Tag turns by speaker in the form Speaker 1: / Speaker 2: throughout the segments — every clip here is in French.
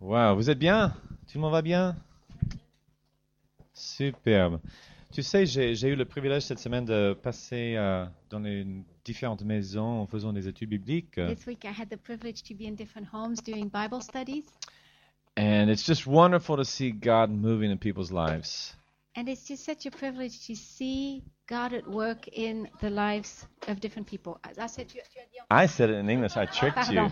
Speaker 1: Wow, vous êtes bien Tout le monde va bien Superbe. Tu sais, j'ai j'ai eu le privilège cette semaine de passer euh, dans les différentes maisons en faisant des études bibliques.
Speaker 2: This week I had the privilege to be in different homes doing Bible studies,
Speaker 1: And it's just wonderful to see God moving in people's lives.
Speaker 2: and it's just such a privilege to see God at work in the lives of different people. Ah, ça, c'est- tu- tu as dit en-
Speaker 1: I said it in English. I tricked you.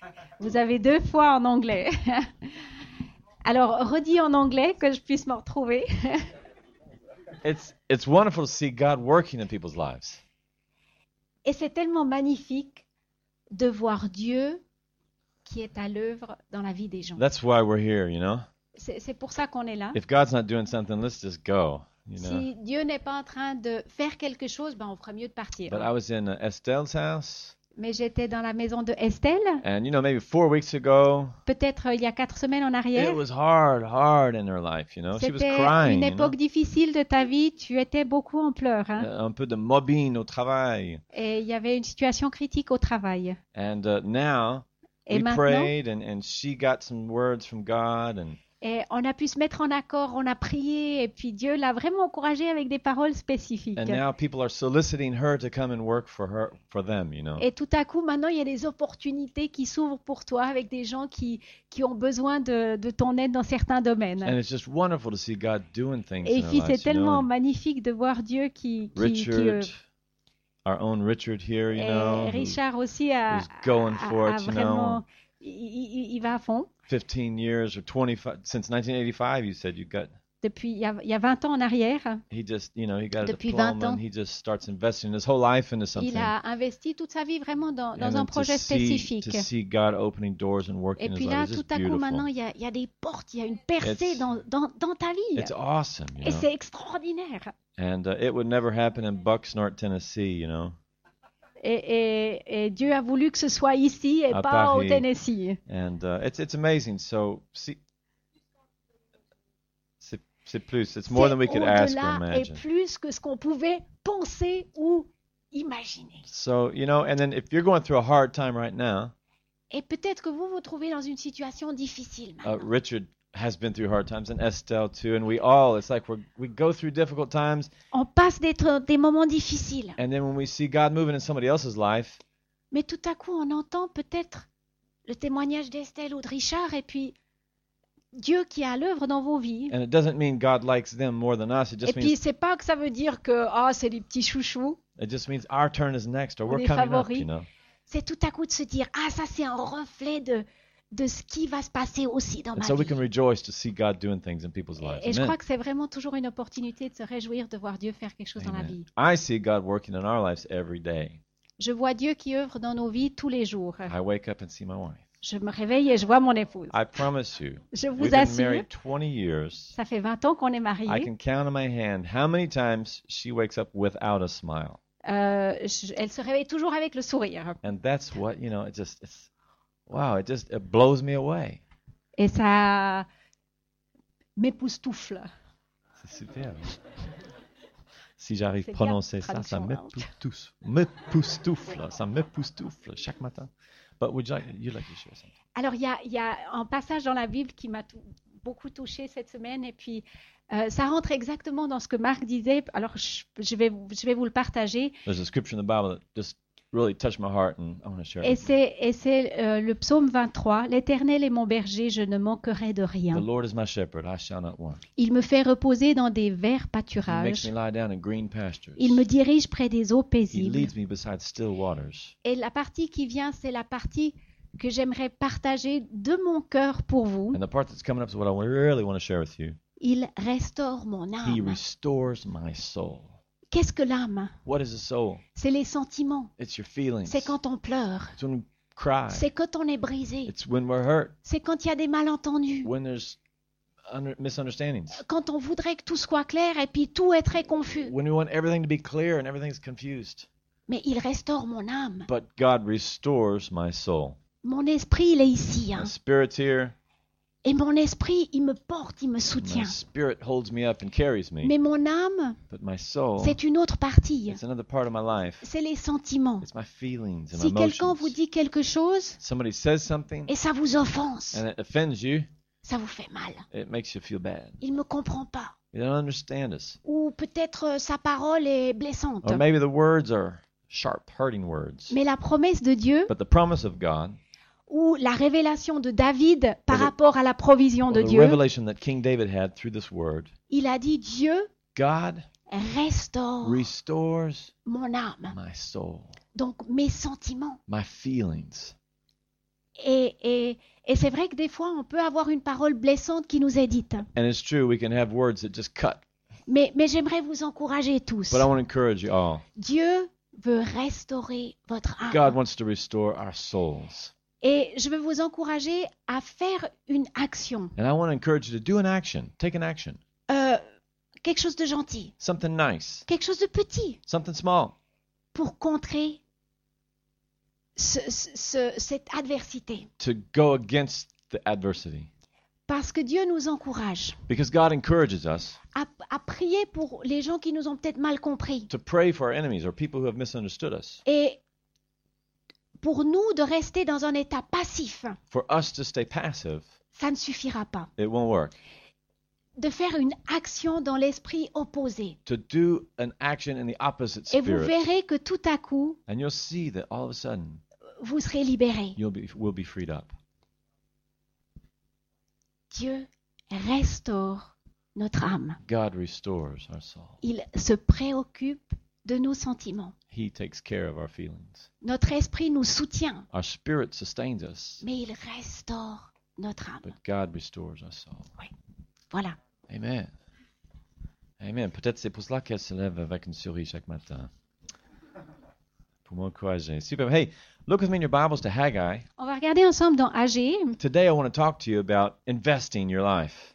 Speaker 2: Pardon. Vous avez deux fois en anglais. Alors, redis en anglais que je puisse me retrouver.
Speaker 1: It's it's wonderful to see God working in people's lives.
Speaker 2: Et c'est tellement magnifique de voir Dieu qui est à l'œuvre dans la vie des gens.
Speaker 1: That's why we're here, you know.
Speaker 2: C'est c'est pour ça qu'on est là.
Speaker 1: If God's not doing something, let's just go, you know.
Speaker 2: Si Dieu n'est pas en train de faire quelque chose, ben on ferait mieux de partir.
Speaker 1: But I was in uh, Estelle's house,
Speaker 2: Mais j'étais dans la maison de Estelle,
Speaker 1: and you know, maybe four weeks ago,
Speaker 2: peut-être euh, il y a quatre semaines en
Speaker 1: it
Speaker 2: arrière.
Speaker 1: was hard, hard in her life, you know. Eh She was
Speaker 2: C'était
Speaker 1: crying.
Speaker 2: une
Speaker 1: you know.
Speaker 2: époque difficile de ta vie, tu étais beaucoup en pleurs. hein.
Speaker 1: Uh, un peu de mobbing au travail.
Speaker 2: Et il y avait une situation critique au travail.
Speaker 1: And uh, now
Speaker 2: Et
Speaker 1: we
Speaker 2: maintenant,
Speaker 1: prayed, and, and she got some words from God, and
Speaker 2: et on a pu se mettre en accord, on a prié, et puis Dieu l'a vraiment encouragé avec des paroles spécifiques.
Speaker 1: and now people are soliciting her to come and work for her for them, you know.
Speaker 2: Et tout à coup, maintenant, il y a des opportunités qui s'ouvrent pour toi avec des gens qui, qui ont besoin de, de ton aide dans certains domaines.
Speaker 1: And it's just wonderful to see God doing things
Speaker 2: Et
Speaker 1: in our
Speaker 2: puis, c'est
Speaker 1: lives, you know,
Speaker 2: tellement
Speaker 1: and-
Speaker 2: magnifique de voir Dieu qui, qui- qui, euh,
Speaker 1: Richard, our own Richard here, you know,
Speaker 2: et
Speaker 1: who-
Speaker 2: Richard aussi a,
Speaker 1: who's going
Speaker 2: a-
Speaker 1: for
Speaker 2: a
Speaker 1: it, you
Speaker 2: vraiment,
Speaker 1: know.
Speaker 2: il, il- il va à fond.
Speaker 1: 15 years or 25 since 1985. You said you got
Speaker 2: Depuis il y, a, il y a 20 ans en arrière,
Speaker 1: he just you know he got a
Speaker 2: Depuis 20
Speaker 1: diploma
Speaker 2: ans.
Speaker 1: and he just starts investing his whole life into something.
Speaker 2: il a investi toute sa vie vraiment dans,
Speaker 1: And
Speaker 2: dans
Speaker 1: then
Speaker 2: un projet
Speaker 1: to see,
Speaker 2: spécifique.
Speaker 1: to see God opening doors and
Speaker 2: Et
Speaker 1: working in
Speaker 2: puis
Speaker 1: his
Speaker 2: là,
Speaker 1: life is
Speaker 2: tout
Speaker 1: just
Speaker 2: à coup, maintenant,
Speaker 1: beautiful.
Speaker 2: il y a, il y a des portes, il y a une percée
Speaker 1: It's-
Speaker 2: dans, dans, dans ta vie.
Speaker 1: It's awesome, you
Speaker 2: Et
Speaker 1: know.
Speaker 2: c'est extraordinaire.
Speaker 1: And uh, it would never happen in Bucksnort, Tennessee, you know.
Speaker 2: Et, et- et Dieu a voulu que ce soit ici et
Speaker 1: À
Speaker 2: pas
Speaker 1: Paris.
Speaker 2: au Tennessee.
Speaker 1: And uh, it's it's amazing. So see, c'est c'est plus. It's more
Speaker 2: C'est
Speaker 1: than we could ask or
Speaker 2: au-delà et
Speaker 1: imagine.
Speaker 2: plus que ce qu'on pouvait penser ou imaginer.
Speaker 1: So, you know, and then if you're going through a hard time right now,
Speaker 2: Et peut-être que vous vous trouvez dans une situation difficile maintenant.
Speaker 1: uh, Richard has been through hard times and Estelle too, and we all, it's like we we go through difficult times,
Speaker 2: On passe des, tr- des moments difficiles,
Speaker 1: and then when we see God moving in somebody else's life,
Speaker 2: mais tout à coup on entend peut-être le témoignage d'Estelle ou de Richard et puis Dieu qui est à l'œuvre dans vos vies.
Speaker 1: and it doesn't mean God likes them more than us, it
Speaker 2: Et
Speaker 1: just
Speaker 2: puis
Speaker 1: means
Speaker 2: c'est pas que ça veut dire que ah c'est les petits chouchous.
Speaker 1: it just means our turn is next or
Speaker 2: On
Speaker 1: we're
Speaker 2: est
Speaker 1: coming up,
Speaker 2: favori.
Speaker 1: you know.
Speaker 2: C'est tout à coup de se dire ah ça c'est un reflet de de ce qui va se passer aussi dans
Speaker 1: And
Speaker 2: ma
Speaker 1: so we
Speaker 2: vie.
Speaker 1: can rejoice to see God doing things in people's lives.
Speaker 2: Et je
Speaker 1: Amen.
Speaker 2: crois que c'est vraiment toujours une opportunité de se réjouir de voir Dieu faire quelque chose dans la
Speaker 1: Amen.
Speaker 2: vie.
Speaker 1: I see God working in our lives every day.
Speaker 2: Je vois Dieu qui œuvre dans nos vies tous les jours.
Speaker 1: I wake up and see my wife.
Speaker 2: Je me réveille et je vois mon épouse.
Speaker 1: I promise you,
Speaker 2: Je
Speaker 1: Ah. we've
Speaker 2: vous
Speaker 1: been
Speaker 2: assure,
Speaker 1: married 20 years.
Speaker 2: ça fait 20 ans qu'on est
Speaker 1: I
Speaker 2: mariés.
Speaker 1: can count on my hand how many times she wakes up without a smile.
Speaker 2: Euh, je- elle se réveille toujours avec le sourire.
Speaker 1: And that's what, you know, it just it's wow, it just it blows me away.
Speaker 2: Et ça m'époustoufle.
Speaker 1: C'est super. Si j'arrive
Speaker 2: C'est
Speaker 1: à
Speaker 2: bien,
Speaker 1: prononcer ça, ça
Speaker 2: traduction
Speaker 1: m'époustoufle. M'époustoufle, ça m'époustoufle chaque matin. But would you like you like to share something?
Speaker 2: Alors, il y a, il y a un passage dans la Bible qui m'a tou- beaucoup touchée cette semaine. Et puis, euh, ça rentre exactement dans ce que Marc disait. Alors, je, je vais, je vais vous le partager.
Speaker 1: There's a scripture in the Bible that just really touched my heart and I want to share
Speaker 2: Et
Speaker 1: it.
Speaker 2: c'est et c'est, euh, le psaume 23. L'Éternel est mon berger, je ne manquerai de
Speaker 1: The
Speaker 2: rien.
Speaker 1: Lord is my shepherd, I shall not want.
Speaker 2: Il me fait reposer dans des
Speaker 1: He makes
Speaker 2: verts
Speaker 1: me
Speaker 2: pâturages.
Speaker 1: lie down in green pastures.
Speaker 2: Il me dirige près des eaux
Speaker 1: He
Speaker 2: paisibles.
Speaker 1: leads me beside still waters.
Speaker 2: Et la partie qui vient, c'est la partie que j'aimerais partager de mon cœur pour vous.
Speaker 1: And the part that's coming up is what I really want to share with you.
Speaker 2: Il restaure mon
Speaker 1: He
Speaker 2: âme.
Speaker 1: restores my soul.
Speaker 2: Qu'est-ce que l'âme
Speaker 1: What is a soul?
Speaker 2: C'est les sentiments.
Speaker 1: It's your feelings.
Speaker 2: C'est quand on pleure.
Speaker 1: It's when we cry.
Speaker 2: C'est quand on est brisé.
Speaker 1: It's when we're hurt.
Speaker 2: C'est quand il y a des malentendus.
Speaker 1: When there's under- misunderstandings.
Speaker 2: Quand on voudrait que tout soit clair et puis tout est très confus.
Speaker 1: When we want everything to be clear and everything's confused.
Speaker 2: Mais il restaure mon âme.
Speaker 1: But God restores my soul.
Speaker 2: Mon esprit, il est ici. hein.
Speaker 1: My spirit's here.
Speaker 2: Et mon esprit, il me porte, il me
Speaker 1: My
Speaker 2: soutient.
Speaker 1: spirit holds me up and carries me.
Speaker 2: Mais mon âme,
Speaker 1: But my soul,
Speaker 2: c'est une autre partie.
Speaker 1: it's another part of my life.
Speaker 2: C'est les sentiments.
Speaker 1: It's my feelings and
Speaker 2: Si quelqu'un vous
Speaker 1: emotions.
Speaker 2: dit quelque chose
Speaker 1: Somebody says something
Speaker 2: et ça vous offense,
Speaker 1: and it offends you,
Speaker 2: ça vous fait mal.
Speaker 1: it makes you feel bad.
Speaker 2: Il ne me comprend pas.
Speaker 1: You don't understand us.
Speaker 2: Ou peut-être euh, sa parole est blessante.
Speaker 1: Or maybe the words are sharp, hurting words.
Speaker 2: Mais la promesse de Dieu
Speaker 1: But the promise of God,
Speaker 2: ou la révélation de David par
Speaker 1: Or the-
Speaker 2: rapport à la provision
Speaker 1: or
Speaker 2: de
Speaker 1: the
Speaker 2: Dieu,
Speaker 1: revelation that King David had through this word,
Speaker 2: il a dit Dieu
Speaker 1: God
Speaker 2: restaure
Speaker 1: restores
Speaker 2: mon âme,
Speaker 1: my soul,
Speaker 2: donc mes sentiments.
Speaker 1: my feelings.
Speaker 2: Et, et- et c'est vrai que des fois, on peut avoir une parole blessante qui nous est dite.
Speaker 1: And it's true, we can have words that just cut.
Speaker 2: Mais, mais j'aimerais vous encourager tous.
Speaker 1: But I want to encourage you all.
Speaker 2: Dieu veut restaurer votre âme.
Speaker 1: God wants to restore our souls.
Speaker 2: Et je veux vous encourager à faire une action,
Speaker 1: And I want to encourage you to do an action. Take an action.
Speaker 2: Euh, quelque chose de gentil,
Speaker 1: Something nice,
Speaker 2: quelque chose de petit,
Speaker 1: something small,
Speaker 2: pour contrer ce- ce- ce- cette adversité.
Speaker 1: to go against the adversity.
Speaker 2: Parce que Dieu nous encourage
Speaker 1: Because God encourages us
Speaker 2: à, à prier pour les gens qui nous ont peut-être mal compris.
Speaker 1: to pray for our enemies or people who have misunderstood us,
Speaker 2: Et pour nous de rester dans un état passif,
Speaker 1: for us to stay passive.
Speaker 2: ça ne suffira pas.
Speaker 1: It won't work.
Speaker 2: De faire une action dans l'esprit opposé.
Speaker 1: To do an action in the opposite
Speaker 2: Et vous
Speaker 1: spirit,
Speaker 2: verrez que tout à coup,
Speaker 1: and you'll see that all of a sudden
Speaker 2: vous serez libérés.
Speaker 1: you'll be will be freed up.
Speaker 2: Dieu restaure notre âme.
Speaker 1: God restores our soul.
Speaker 2: Il se préoccupe de nos sentiments.
Speaker 1: He takes care of our feelings.
Speaker 2: Notre esprit nous soutient,
Speaker 1: Our spirit sustains us,
Speaker 2: mais il restaure notre âme.
Speaker 1: but God restores our soul.
Speaker 2: Voilà.
Speaker 1: Amen. Amen. Peut-être c'est pour cela qu'elle se lève avec une souris chaque matin. Pour m'encourager. Super. Hey, look with me in your Bibles to Haggai.
Speaker 2: On va regarder ensemble dans AG.
Speaker 1: Today I want to talk to you about investing your life.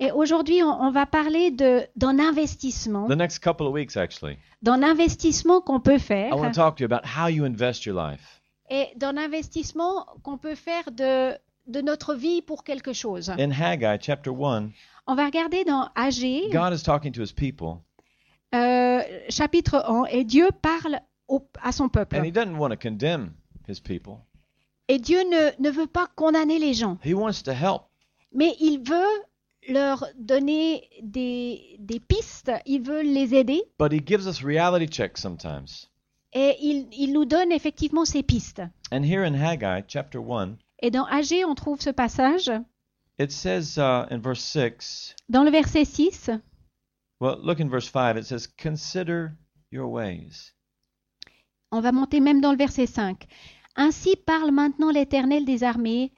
Speaker 2: Et aujourd'hui, on, on va parler de- d'un investissement,
Speaker 1: The next couple of weeks, actually,
Speaker 2: d'un investissement qu'on peut
Speaker 1: I want to
Speaker 2: faire
Speaker 1: talk to you about how you invest your life.
Speaker 2: et d'un investissement qu'on peut faire de, de notre vie pour quelque chose.
Speaker 1: In Haggai chapter 1,
Speaker 2: On va regarder dans AG,
Speaker 1: God is talking to his people,
Speaker 2: euh, chapitre 1, et Dieu parle au- à son peuple.
Speaker 1: and he doesn't want to condemn his people.
Speaker 2: Et Dieu ne, ne veut pas condamner les gens,
Speaker 1: He wants to help.
Speaker 2: mais il veut leur donner des, des pistes, il veut les aider
Speaker 1: But he gives us reality checks sometimes.
Speaker 2: et il, il nous donne effectivement ces pistes.
Speaker 1: And here in Haggai chapter 1,
Speaker 2: Et dans AG, on trouve ce passage,
Speaker 1: it says uh, in verse 6,
Speaker 2: dans le verset 6,
Speaker 1: Well, look in verse 5. It says, Consider your ways.
Speaker 2: on va monter même dans le verset 5. Ainsi parle maintenant l'Éternel des armées,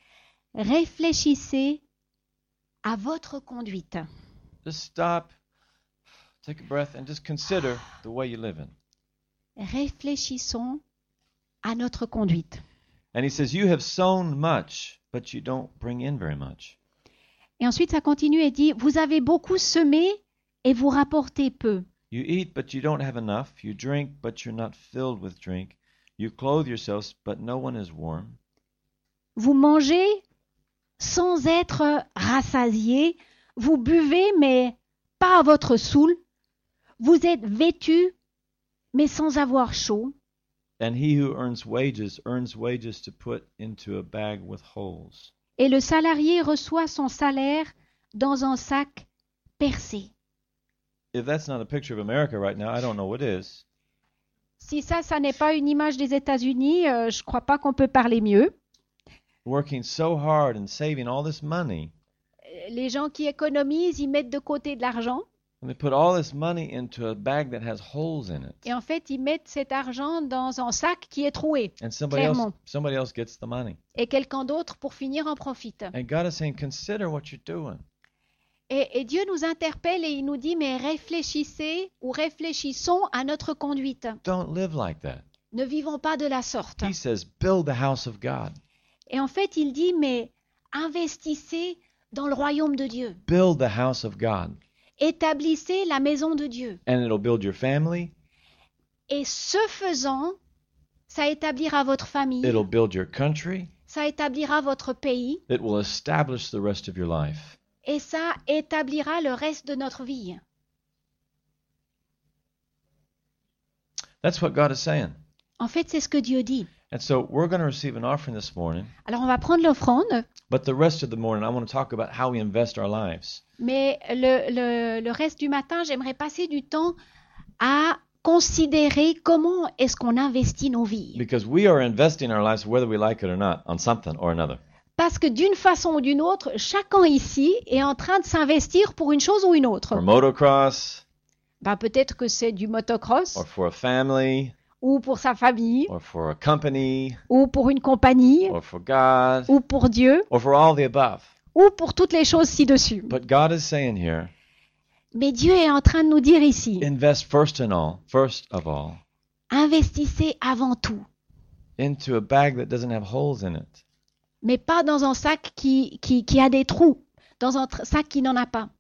Speaker 2: réfléchissez à votre conduite.
Speaker 1: Just stop, take a breath, and just consider the way you live in.
Speaker 2: Réfléchissons à notre conduite.
Speaker 1: And he says, You have sown much, but you don't bring in very much.
Speaker 2: Et ensuite, ça continue et dit, vous avez beaucoup semé et vous rapportez peu.
Speaker 1: You eat, but you don't have enough. You drink, but you're not filled with drink. You clothe yourselves, but no one is warm.
Speaker 2: Vous mangez sans être rassasié. Vous buvez, mais pas à votre soul. Vous êtes vêtu, mais sans avoir chaud.
Speaker 1: And he who earns wages earns wages to put into a bag with holes.
Speaker 2: Et le salarié reçoit son salaire dans un sac percé.
Speaker 1: If that's not a picture of America right now, I don't know what is.
Speaker 2: Si ça, ça n'est pas une image des États-Unis, euh, je ne crois pas qu'on peut parler mieux.
Speaker 1: Working so hard and saving all this money.
Speaker 2: Euh, Les gens qui économisent, ils mettent de côté de l'argent.
Speaker 1: And they put all this money into a bag that has holes in it.
Speaker 2: Et en fait, ils mettent cet argent dans un sac qui est troué.
Speaker 1: And somebody else
Speaker 2: Clairement.
Speaker 1: somebody else gets the money.
Speaker 2: Et quelqu'un d'autre, pour finir, en profite.
Speaker 1: And God is saying, consider what you're doing.
Speaker 2: Et, et Dieu nous interpelle et il nous dit, mais réfléchissez ou réfléchissons à notre conduite.
Speaker 1: Don't live like that.
Speaker 2: Ne vivons pas de la sorte.
Speaker 1: He says, build the house of God.
Speaker 2: Et en fait, il dit, mais investissez dans le royaume de Dieu.
Speaker 1: Build the house of God.
Speaker 2: Établissez la maison de Dieu.
Speaker 1: And it'll build your family,
Speaker 2: Et ce faisant, ça établira votre famille,
Speaker 1: it'll build your country,
Speaker 2: ça établira votre pays
Speaker 1: that will establish the rest of your life.
Speaker 2: et ça établira le reste de notre vie.
Speaker 1: That's what God is saying.
Speaker 2: En fait, c'est ce que Dieu dit.
Speaker 1: And so we're going to receive an offering this morning,
Speaker 2: Alors on va prendre l'offrande,
Speaker 1: but the rest of the morning I want to talk about how we invest our lives.
Speaker 2: mais le, le- le reste du matin, j'aimerais passer du temps à considérer comment est-ce qu'on investit nos vies.
Speaker 1: Because we are investing our lives whether we like it or not on something or another.
Speaker 2: Parce que d'une façon ou d'une autre, chacun ici est en train de s'investir pour une chose ou une autre.
Speaker 1: For motocross,
Speaker 2: Ben, peut-être que c'est du motocross,
Speaker 1: or for a family,
Speaker 2: ou pour sa famille,
Speaker 1: or for a company,
Speaker 2: ou pour une compagnie,
Speaker 1: or for God,
Speaker 2: ou pour Dieu,
Speaker 1: or for all the above.
Speaker 2: ou pour toutes les choses ci-dessus.
Speaker 1: But God is saying here,
Speaker 2: Mais Dieu est en train de nous dire ici,
Speaker 1: invest first and all, first of all,
Speaker 2: investissez avant tout,
Speaker 1: into a bag that doesn't have holes in it.
Speaker 2: mais pas dans un sac qui, qui, qui a des trous, dans un tr- sac qui n'en a pas.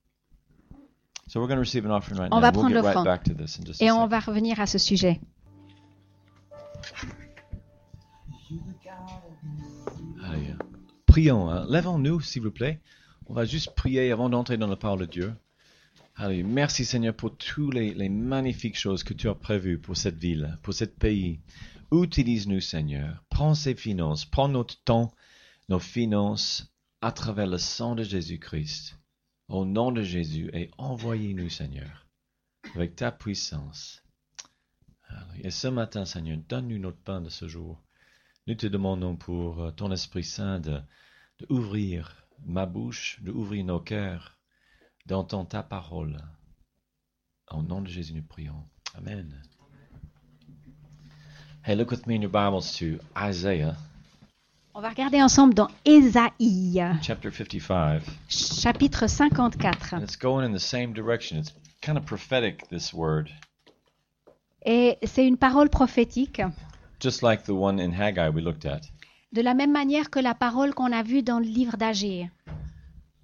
Speaker 1: So we're going to receive an offering right
Speaker 2: On
Speaker 1: now.
Speaker 2: va
Speaker 1: We'll
Speaker 2: prendre
Speaker 1: get right
Speaker 2: l'offrande.
Speaker 1: back to this in just a
Speaker 2: Oh, Et on
Speaker 1: second.
Speaker 2: va revenir à ce sujet.
Speaker 1: Alléluia. Prions, hein. lèvons-nous s'il vous plaît. On va juste prier avant d'entrer dans la parole de Dieu. Alléluia. Merci Seigneur pour toutes les, les magnifiques choses que tu as prévues pour cette ville, pour ce pays. Utilise-nous Seigneur. Prends ces finances, prends notre temps, nos finances à travers le sang de Jésus-Christ. Au nom de Jésus et envoyez-nous Seigneur avec ta puissance. Alléluia. Et ce matin Seigneur, donne-nous notre pain de ce jour. Nous te demandons pour euh, ton Esprit Saint de, de ouvrir ma bouche, de ouvrir nos cœurs, d'entendre ta parole. Au nom de Jésus, nous prions. Amen. Hey, look with me in your Bibles to Isaiah
Speaker 2: On va regarder ensemble dans Ésaïe,
Speaker 1: chapter 55.
Speaker 2: chapitre 54.
Speaker 1: And it's going in the same direction. It's kind of prophetic, this word,
Speaker 2: Et c'est une parole prophétique,
Speaker 1: just like the one in Haggai we looked at.
Speaker 2: de la même manière que la parole qu'on a vue dans le livre d'Agir.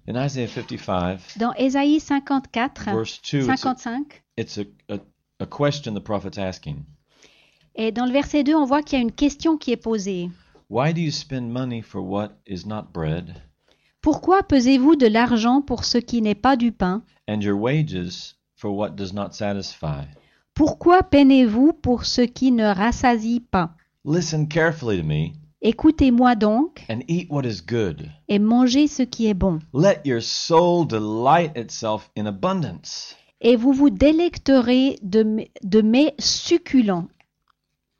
Speaker 1: In Isaiah 55,
Speaker 2: Dans Ésaïe 54,
Speaker 1: verse 2, it's, a,
Speaker 2: 55,
Speaker 1: it's a, a, a question the prophet's asking.
Speaker 2: et dans le verset 2, on voit qu'il y a une question qui est posée.
Speaker 1: Why do you spend money for what is not bread,
Speaker 2: Pourquoi pesez-vous de l'argent pour ce qui n'est pas du pain
Speaker 1: and your wages for what does not satisfy?
Speaker 2: Pourquoi peinez-vous pour ce qui ne rassasie pas
Speaker 1: Listen carefully to me
Speaker 2: Écoutez-moi donc
Speaker 1: and eat what is good.
Speaker 2: et mangez ce qui est bon,
Speaker 1: Let your soul delight itself in abundance.
Speaker 2: et vous vous délecterez de, mes- de mes succulents.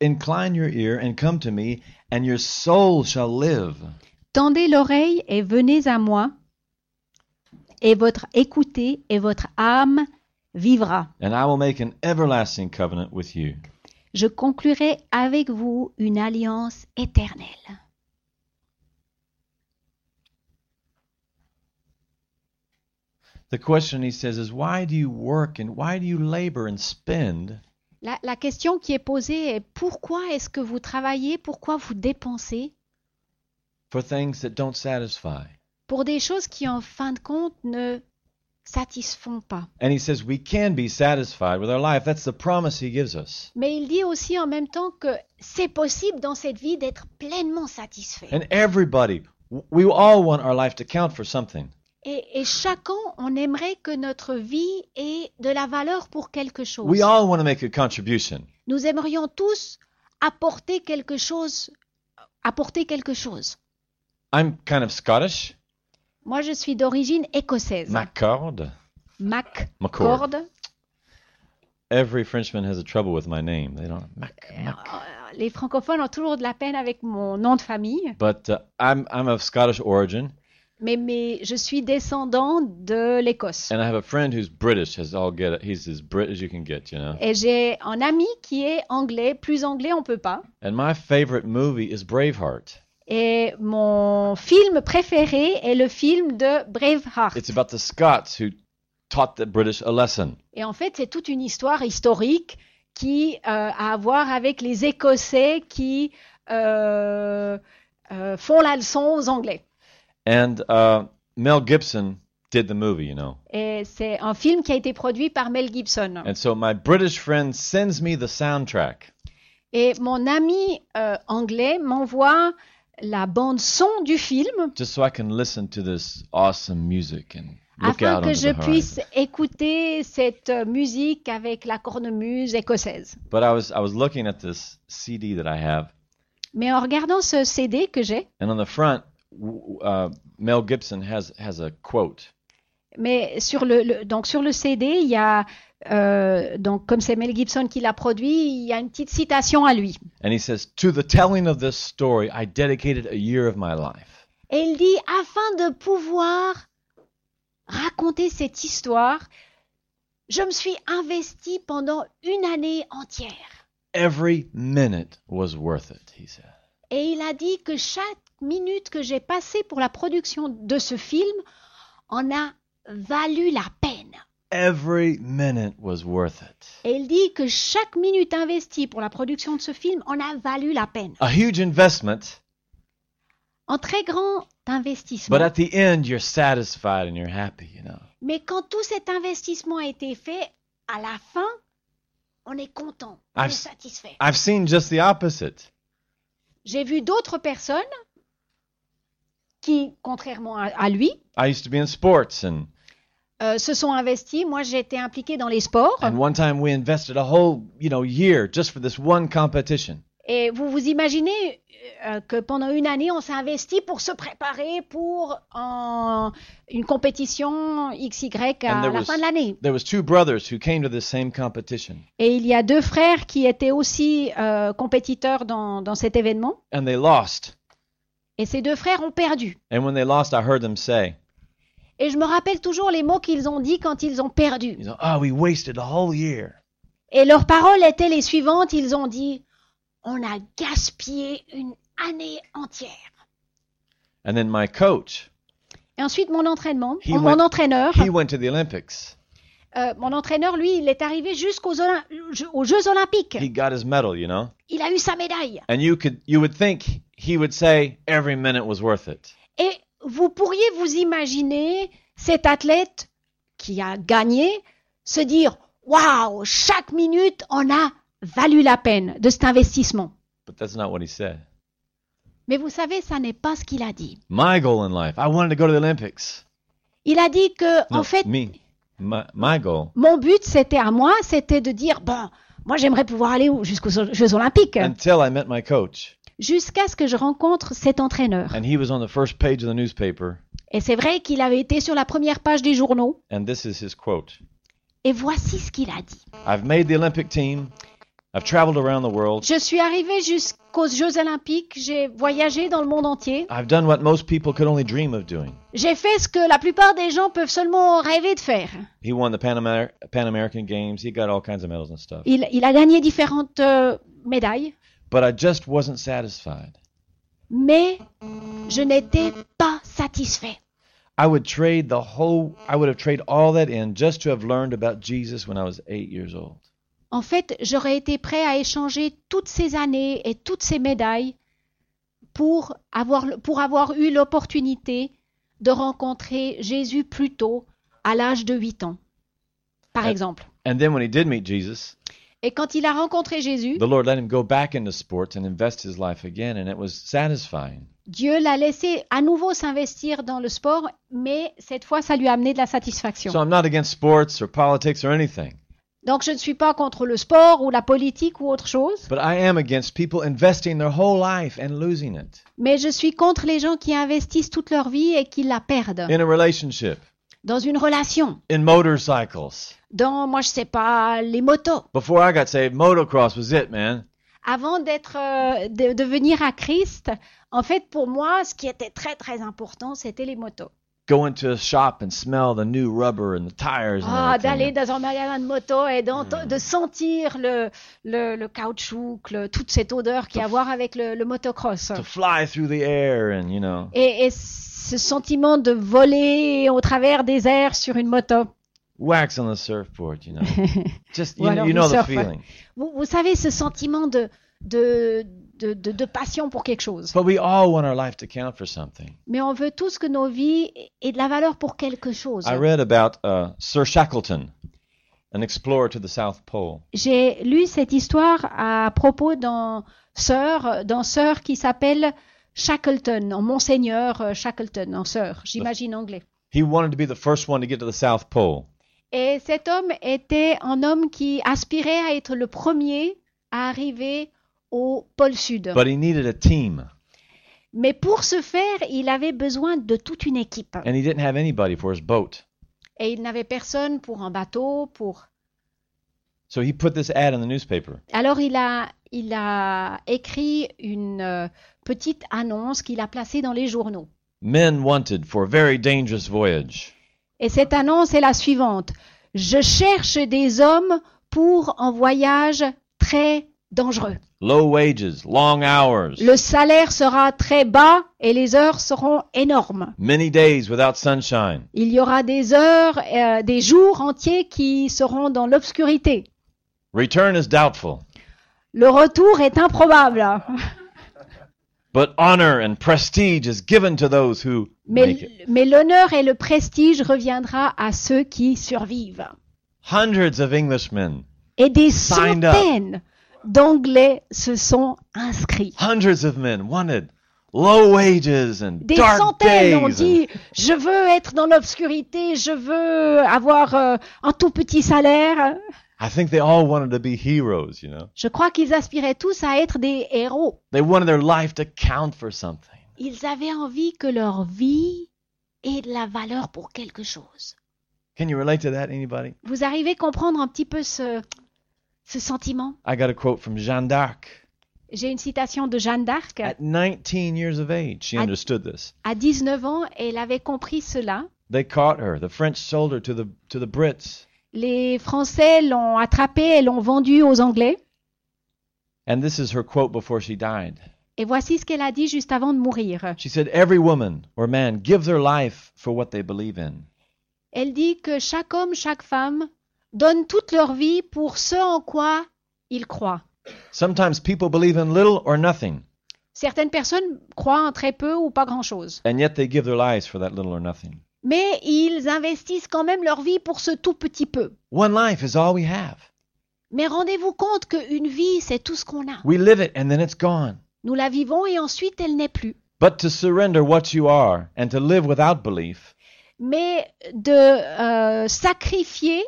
Speaker 1: Incline your ear and come to me, and your soul shall live.
Speaker 2: Tendez l'oreille et venez à moi, et votre écoutez et votre âme vivra.
Speaker 1: And I will make an everlasting covenant with you.
Speaker 2: Je conclurai avec vous une alliance éternelle.
Speaker 1: The question he says is, Why do you work and why do you labor and spend
Speaker 2: La, la question qui est posée est pourquoi est-ce que vous travaillez, pourquoi vous dépensez
Speaker 1: for things that don't satisfy?
Speaker 2: pour des choses qui, en fin de compte, ne satisfont pas.
Speaker 1: And he says we can be satisfied with our life. That's the promise he gives us.
Speaker 2: Mais il dit aussi en même temps que c'est possible dans cette vie d'être pleinement satisfait.
Speaker 1: And everybody, we all want our life to count for something.
Speaker 2: Et, et chacun, on aimerait que notre vie ait de la valeur pour quelque chose.
Speaker 1: We all want to make a contribution.
Speaker 2: Nous aimerions tous apporter quelque chose. Apporter quelque chose.
Speaker 1: I'm kind of Scottish.
Speaker 2: Moi, je suis d'origine écossaise.
Speaker 1: M'accorde.
Speaker 2: Mac.
Speaker 1: McCord.
Speaker 2: Cord.
Speaker 1: Every Frenchman has a trouble with my name. They don't. Mac, Mac.
Speaker 2: Euh, Les francophones ont toujours de la peine avec mon nom de famille.
Speaker 1: But uh, I'm I'm of Scottish origin,
Speaker 2: Mais, mais je suis descendant de l'Écosse.
Speaker 1: and I have a friend who's British. As all get it. He's as Brit as you can get, you know.
Speaker 2: Et j'ai un ami qui est anglais, plus anglais on peut pas.
Speaker 1: And my favorite movie is Braveheart.
Speaker 2: Et mon film préféré est le film de Braveheart.
Speaker 1: It's about the Scots who taught the British a lesson.
Speaker 2: Et en fait, c'est toute une histoire historique qui euh, a à voir avec les Écossais qui euh, euh, font la leçon aux Anglais.
Speaker 1: And uh, Mel Gibson did the movie, you know.
Speaker 2: Et c'est un film qui a été produit par Mel Gibson.
Speaker 1: And so my British friend sends me the soundtrack.
Speaker 2: Et mon ami euh, anglais m'envoie la bande son du film
Speaker 1: just so I can listen to this awesome music and look
Speaker 2: afin
Speaker 1: out
Speaker 2: que
Speaker 1: onto
Speaker 2: je
Speaker 1: the
Speaker 2: puisse
Speaker 1: horizon.
Speaker 2: écouter cette euh, musique avec la cornemuse écossaise.
Speaker 1: But I was I was looking at this CD that I have,
Speaker 2: Mais en regardant ce CD que j'ai,
Speaker 1: and on the front, w- w- uh, Mel Gibson has has a quote,
Speaker 2: mais sur le, le- donc sur le CD, il y a euh, donc comme c'est Mel Gibson qui l'a produit, il y a une petite citation à lui.
Speaker 1: and he says, "To the telling of this story, I dedicated a year of my life."
Speaker 2: Et il dit afin de pouvoir raconter cette histoire, je me suis investi pendant une année entière.
Speaker 1: Every minute was worth it, he said.
Speaker 2: Et il a dit que chaque minute que j'ai passée pour la production de ce film en a valu la peine.
Speaker 1: Every minute was worth it.
Speaker 2: Et il dit que chaque minute investie pour la production de ce film en a valu la peine.
Speaker 1: A huge investment,
Speaker 2: En très grand investissement.
Speaker 1: but at the end, you're satisfied and you're happy, you know.
Speaker 2: Mais quand tout cet investissement a été fait, à la fin, on est content, on
Speaker 1: Ah,
Speaker 2: est
Speaker 1: c'est-
Speaker 2: satisfait.
Speaker 1: I've seen just the opposite.
Speaker 2: J'ai vu d'autres personnes qui, contrairement à, à lui,
Speaker 1: I used to be in sports, and,
Speaker 2: euh, se sont investies. Moi, j'étais impliquée dans les sports.
Speaker 1: and one time we invested a whole, you know, year just for this one competition.
Speaker 2: Et vous vous imaginez euh, que pendant une année, on s'est investi pour se préparer pour en- une compétition XY
Speaker 1: And
Speaker 2: à
Speaker 1: there
Speaker 2: la
Speaker 1: was-
Speaker 2: fin de l'année.
Speaker 1: There was two brothers who came to the same competition,
Speaker 2: Et il y a deux frères qui étaient aussi euh, compétiteurs dans, dans cet événement.
Speaker 1: and they lost.
Speaker 2: Et ces deux frères ont perdu.
Speaker 1: And when they lost, I heard them say,
Speaker 2: Et je me rappelle toujours les mots qu'ils ont dit quand ils ont perdu.
Speaker 1: "You know, oh, we wasted a whole year."
Speaker 2: Et leurs paroles étaient les suivantes. Ils ont dit, on a gaspillé une année entière.
Speaker 1: And then my coach,
Speaker 2: Et ensuite, mon entraînement,
Speaker 1: He
Speaker 2: mon
Speaker 1: went-
Speaker 2: entraîneur,
Speaker 1: he went to the Olympics.
Speaker 2: Euh, mon entraîneur, lui, il est arrivé jusqu'aux Olym- aux Jeux Olympiques.
Speaker 1: He got his medal, you know.
Speaker 2: Il a eu sa médaille.
Speaker 1: And you could, you would think he would say, "Every minute was worth it."
Speaker 2: Et vous pourriez vous imaginer cet athlète qui a gagné se dire Waouh, chaque minute en a valu la peine de cet investissement.
Speaker 1: But that's not what he said.
Speaker 2: Mais vous savez, ça n'est pas ce qu'il a dit.
Speaker 1: My goal in life, I wanted to go to the Olympics.
Speaker 2: Il a dit que,
Speaker 1: No,
Speaker 2: en fait,
Speaker 1: me, my, my goal.
Speaker 2: mon but, c'était à moi, c'était de dire Bon, moi, j'aimerais pouvoir aller au- jusqu'aux Jeux Olympiques
Speaker 1: Until I met my coach,
Speaker 2: jusqu'à ce que je rencontre cet entraîneur.
Speaker 1: and he was on the first page of the newspaper,
Speaker 2: Et c'est vrai qu'il avait été sur la première page des journaux.
Speaker 1: and this is his quote:
Speaker 2: Et voici ce qu'il a dit.
Speaker 1: "I've made the Olympic team. I've traveled around the world.
Speaker 2: Je suis arrivé jusqu'aux Jeux olympiques, j'ai voyagé dans le monde entier,
Speaker 1: I've done what most people could only dream of doing."
Speaker 2: j'ai fait ce que la plupart des gens peuvent seulement rêver de faire.
Speaker 1: He won the Pan, Amer- Pan American Games. He got all kinds of medals and stuff.
Speaker 2: Il, il a gagné différentes euh, médailles,
Speaker 1: But I just wasn't satisfied.
Speaker 2: mais je n'étais pas satisfait.
Speaker 1: I would trade the whole. I would have traded all that in just to have learned about Jesus when I was eight years old.
Speaker 2: En fait, j'aurais été prêt à échanger toutes ces années et toutes ces médailles pour avoir, pour avoir eu l'opportunité de rencontrer Jésus plus tôt, à l'âge de 8 ans, par
Speaker 1: Euh,
Speaker 2: exemple.
Speaker 1: And then when he did meet Jesus,
Speaker 2: Et quand il a rencontré Jésus,
Speaker 1: the Lord let him go back into sports and invest his life again, and it was satisfying.
Speaker 2: Dieu l'a laissé à nouveau s'investir dans le sport, mais cette fois, ça lui a amené de la satisfaction.
Speaker 1: So I'm not against sports or politics or anything,
Speaker 2: Donc, je ne suis pas contre le sport ou la politique ou autre chose,
Speaker 1: but I am against people investing their whole life and losing it
Speaker 2: mais je suis contre les gens qui investissent toute leur vie et qui la perdent
Speaker 1: in a relationship,
Speaker 2: dans une relation,
Speaker 1: in motorcycles.
Speaker 2: dans, moi, je sais pas, les motos.
Speaker 1: Before I got saved, motocross was it, man.
Speaker 2: Avant d'être, euh, de, de venir à Christ, en fait, pour moi, ce qui était très, très important, c'était les motos.
Speaker 1: Go into a shop and smell the new rubber and the tires and
Speaker 2: Ah, d'aller
Speaker 1: everything.
Speaker 2: dans un magasin de moto et d'ent-
Speaker 1: Mm.
Speaker 2: de sentir le, le, le caoutchouc, le- toute cette odeur qui a à
Speaker 1: To-
Speaker 2: voir avec le, le motocross.
Speaker 1: To fly through the air and you know.
Speaker 2: Et, et ce sentiment de voler au travers des airs sur une moto.
Speaker 1: wax on the surfboard, you know. Just you,
Speaker 2: Well,
Speaker 1: you know the
Speaker 2: surf.
Speaker 1: feeling.
Speaker 2: Vous, vous savez, ce sentiment de, de, de, de, de passion pour quelque chose.
Speaker 1: But we all want our life to count for something.
Speaker 2: Mais on veut tous que nos vies aient de la valeur pour quelque chose.
Speaker 1: I read about uh, Sir Shackleton, an explorer to the South Pole.
Speaker 2: J'ai lu cette histoire à propos dans Sœur, dans Sœur qui s'appelle Shackleton, en monseigneur euh, Shackleton, en sœur, j'imagine anglais.
Speaker 1: He wanted to be the first one to get to the South Pole.
Speaker 2: Et cet homme était un homme qui aspirait à être le premier à arriver au pôle sud.
Speaker 1: But he needed a team,
Speaker 2: Mais pour ce faire, il avait besoin de toute une équipe.
Speaker 1: and he didn't have anybody for his boat.
Speaker 2: Et il n'avait personne pour un bateau, pour...
Speaker 1: So he put this ad in the newspaper.
Speaker 2: Alors il a, il a écrit une euh, petite annonce qu'il a placée dans les journaux.
Speaker 1: Men wanted for very dangerous voyage.
Speaker 2: Et cette annonce est la suivante. Je cherche des hommes pour un voyage très dangereux.
Speaker 1: Low wages, long hours,
Speaker 2: Le salaire sera très bas et les heures seront énormes.
Speaker 1: many days without sunshine.
Speaker 2: Il y aura des heures, euh, des jours entiers qui seront dans l'obscurité.
Speaker 1: Return is doubtful,
Speaker 2: Le retour est improbable.
Speaker 1: but honor and prestige is given to those who make
Speaker 2: Mais,
Speaker 1: it.
Speaker 2: mais l'honneur et le prestige reviendra à ceux qui survivent.
Speaker 1: Hundreds of Englishmen,
Speaker 2: Et des
Speaker 1: Signed up.
Speaker 2: centaines d'Anglais se sont inscrits.
Speaker 1: hundreds of men wanted low wages and
Speaker 2: Des
Speaker 1: dark
Speaker 2: centaines ont
Speaker 1: days. and-
Speaker 2: dit je veux être dans l'obscurité, je veux avoir euh, un tout petit salaire.
Speaker 1: I think they all wanted to be heroes, you know.
Speaker 2: Je crois qu'ils aspiraient tous à être des héros.
Speaker 1: They wanted their life to count for something.
Speaker 2: Ils avaient envie que leur vie ait de la valeur pour quelque chose.
Speaker 1: Can you relate to that, anybody?
Speaker 2: Vous arrivez à comprendre un petit peu ce, ce sentiment
Speaker 1: I got a quote from Jeanne d'Arc.
Speaker 2: J'ai une citation de Jeanne d'Arc.
Speaker 1: At 19 years of age, she
Speaker 2: At-
Speaker 1: understood this.
Speaker 2: À 19 ans, elle avait compris cela.
Speaker 1: They caught her, the French sold her to the to the Brits,
Speaker 2: Les Français l'ont attrapée et l'ont vendue aux Anglais.
Speaker 1: and this is her quote before she died.
Speaker 2: Et voici ce qu'elle a dit juste avant de mourir.
Speaker 1: She said, "Every woman or man gives their life for what they believe in.
Speaker 2: Elle dit que chaque homme, chaque femme donne toute leur vie pour ce en quoi ils croient.
Speaker 1: Sometimes people believe in little or nothing,
Speaker 2: Certaines personnes croient en très peu ou pas grand-chose.
Speaker 1: and yet they give their lives for that little or nothing.
Speaker 2: Mais ils investissent quand même leur vie pour ce tout petit peu.
Speaker 1: One life is all we have.
Speaker 2: Mais rendez-vous compte qu'une vie, c'est tout ce qu'on a.
Speaker 1: We live it and then it's gone.
Speaker 2: Nous la vivons et ensuite elle n'est plus.
Speaker 1: But to surrender what you are and to live without belief,
Speaker 2: Mais de euh, sacrifier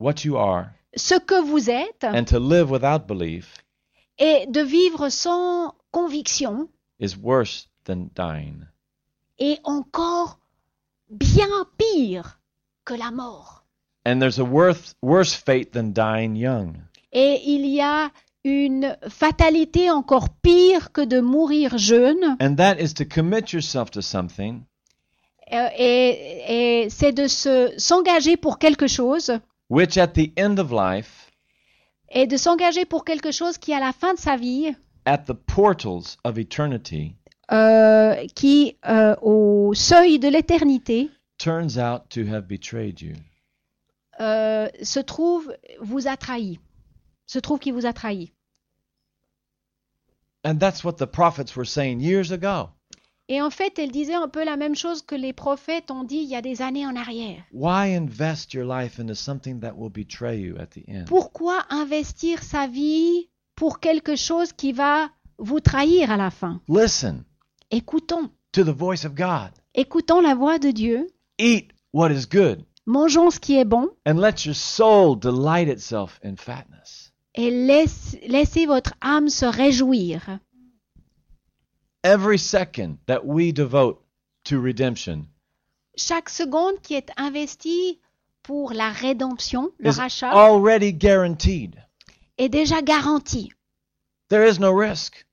Speaker 1: what you are,
Speaker 2: ce que vous êtes
Speaker 1: and to live without belief
Speaker 2: et de vivre sans conviction
Speaker 1: is worse than dying."
Speaker 2: est encore bien pire que la mort.
Speaker 1: And there's a worth, worse fate than dying young.
Speaker 2: Et il y a une fatalité encore pire que de mourir jeune,
Speaker 1: And that is to commit yourself to something
Speaker 2: Euh, et, et c'est de se- s'engager pour quelque chose,
Speaker 1: which at the end of life,
Speaker 2: et de s'engager pour quelque chose qui, à la fin de sa vie,
Speaker 1: at the portals of eternity,
Speaker 2: euh, qui, euh, au seuil de l'éternité,
Speaker 1: turns out to have betrayed you.
Speaker 2: euh, se trouve, vous a trahi, se trouve qui vous a trahi.
Speaker 1: And that's what the prophets were saying years ago.
Speaker 2: Et en fait, elle disait un peu la même chose que les prophètes ont dit il y a des années en arrière.
Speaker 1: Why invest your life into something that will betray you at the end?
Speaker 2: Pourquoi investir sa vie pour quelque chose qui va vous trahir à la fin
Speaker 1: Listen
Speaker 2: Écoutons,
Speaker 1: to the voice of God.
Speaker 2: écoutons la voix de Dieu,
Speaker 1: Eat what is good,
Speaker 2: mangeons ce qui est bon
Speaker 1: and let your soul delight itself in fatness.
Speaker 2: et laisse- laissez votre âme se réjouir.
Speaker 1: Every second that we devote to redemption
Speaker 2: Chaque seconde qui est investie pour la rédemption, le
Speaker 1: is
Speaker 2: rachat,
Speaker 1: already guaranteed.
Speaker 2: est déjà garantie.
Speaker 1: There is no risk.